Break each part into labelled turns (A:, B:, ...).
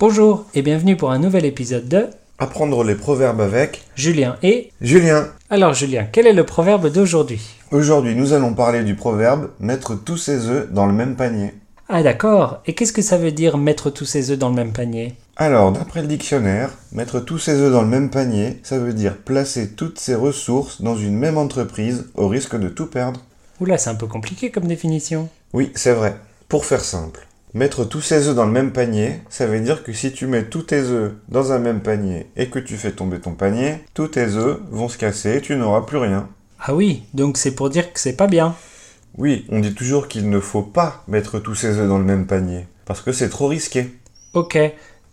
A: Bonjour et bienvenue pour un nouvel épisode de
B: Apprendre les proverbes avec
A: Julien et...
B: Julien.
A: Alors Julien, quel est le proverbe d'aujourd'hui
B: Aujourd'hui, nous allons parler du proverbe mettre tous ses œufs dans le même panier.
A: Ah d'accord, et qu'est-ce que ça veut dire mettre tous ses œufs dans le même panier
B: Alors, d'après le dictionnaire, mettre tous ses œufs dans le même panier, ça veut dire placer toutes ses ressources dans une même entreprise au risque de tout perdre.
A: Oula, c'est un peu compliqué comme définition.
B: Oui, c'est vrai. Pour faire simple, mettre tous ses œufs dans le même panier, ça veut dire que si tu mets tous tes œufs dans un même panier et que tu fais tomber ton panier, tous tes œufs vont se casser et tu n'auras plus rien.
A: Ah oui, donc c'est pour dire que c'est pas bien.
B: Oui, on dit toujours qu'il ne faut pas mettre tous ses œufs dans le même panier, parce que c'est trop risqué.
A: Ok,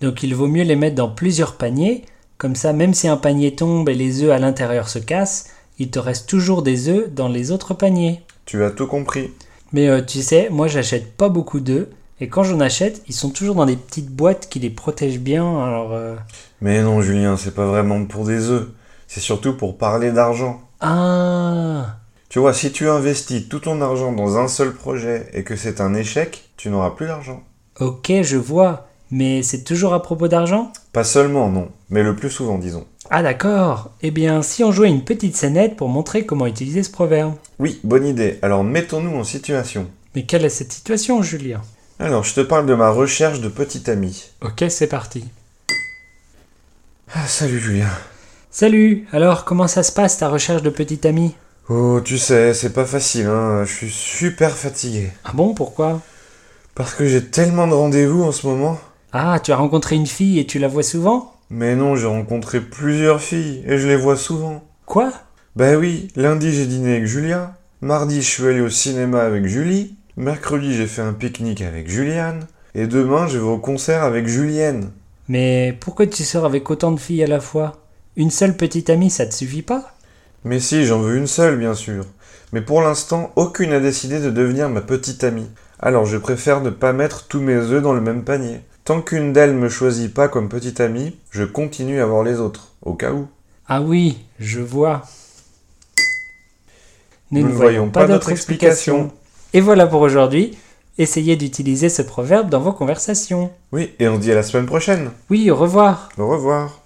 A: donc il vaut mieux les mettre dans plusieurs paniers, comme ça même si un panier tombe et les œufs à l'intérieur se cassent, il te reste toujours des œufs dans les autres paniers.
B: Tu as tout compris.
A: Mais euh, tu sais, moi j'achète pas beaucoup d'œufs, et quand j'en achète, ils sont toujours dans des petites boîtes qui les protègent bien, alors... euh,
B: Mais non, Julien, c'est pas vraiment pour des œufs, c'est surtout pour parler d'argent.
A: Ah
B: Tu vois, si tu investis tout ton argent dans un seul projet et que c'est un échec, tu n'auras plus d'argent.
A: Ok, je vois, mais c'est toujours à propos d'argent
B: Pas seulement, non, mais le plus souvent, disons.
A: Ah d'accord Eh bien, si on jouait une petite scénette pour montrer comment utiliser ce proverbe.
B: Oui, bonne idée, alors mettons-nous en situation.
A: Mais quelle est cette situation, Julien
B: Alors, je te parle de ma recherche de petit ami.
A: Ok, c'est parti.
B: Ah, salut Julien.
A: Salut Alors, comment ça se passe ta recherche de petit ami
B: Oh, tu sais, c'est pas facile, hein, je suis super fatigué.
A: Ah bon, pourquoi
B: Parce que j'ai tellement de rendez-vous en ce moment.
A: Ah, tu as rencontré une fille et tu la vois souvent
B: Mais non, j'ai rencontré plusieurs filles et je les vois souvent.
A: Quoi
B: Bah oui, lundi j'ai dîné avec Julien, mardi je suis allé au cinéma avec Julie, mercredi j'ai fait un pique-nique avec Juliane, et demain je vais au concert avec Julienne.
A: Mais pourquoi tu sors avec autant de filles à la fois Une seule petite amie, ça te suffit pas
B: Mais si, j'en veux une seule bien sûr. Mais pour l'instant, aucune n'a décidé de devenir ma petite amie. Alors je préfère ne pas mettre tous mes œufs dans le même panier. Tant qu'une d'elles me choisit pas comme petite amie, je continue à voir les autres, au cas où.
A: Ah oui, je vois.
B: Nous ne voyons pas d'autre explication.
A: Et voilà pour aujourd'hui. Essayez d'utiliser ce proverbe dans vos conversations.
B: Oui, et on se dit à la semaine prochaine.
A: Oui, au revoir.
B: Au revoir.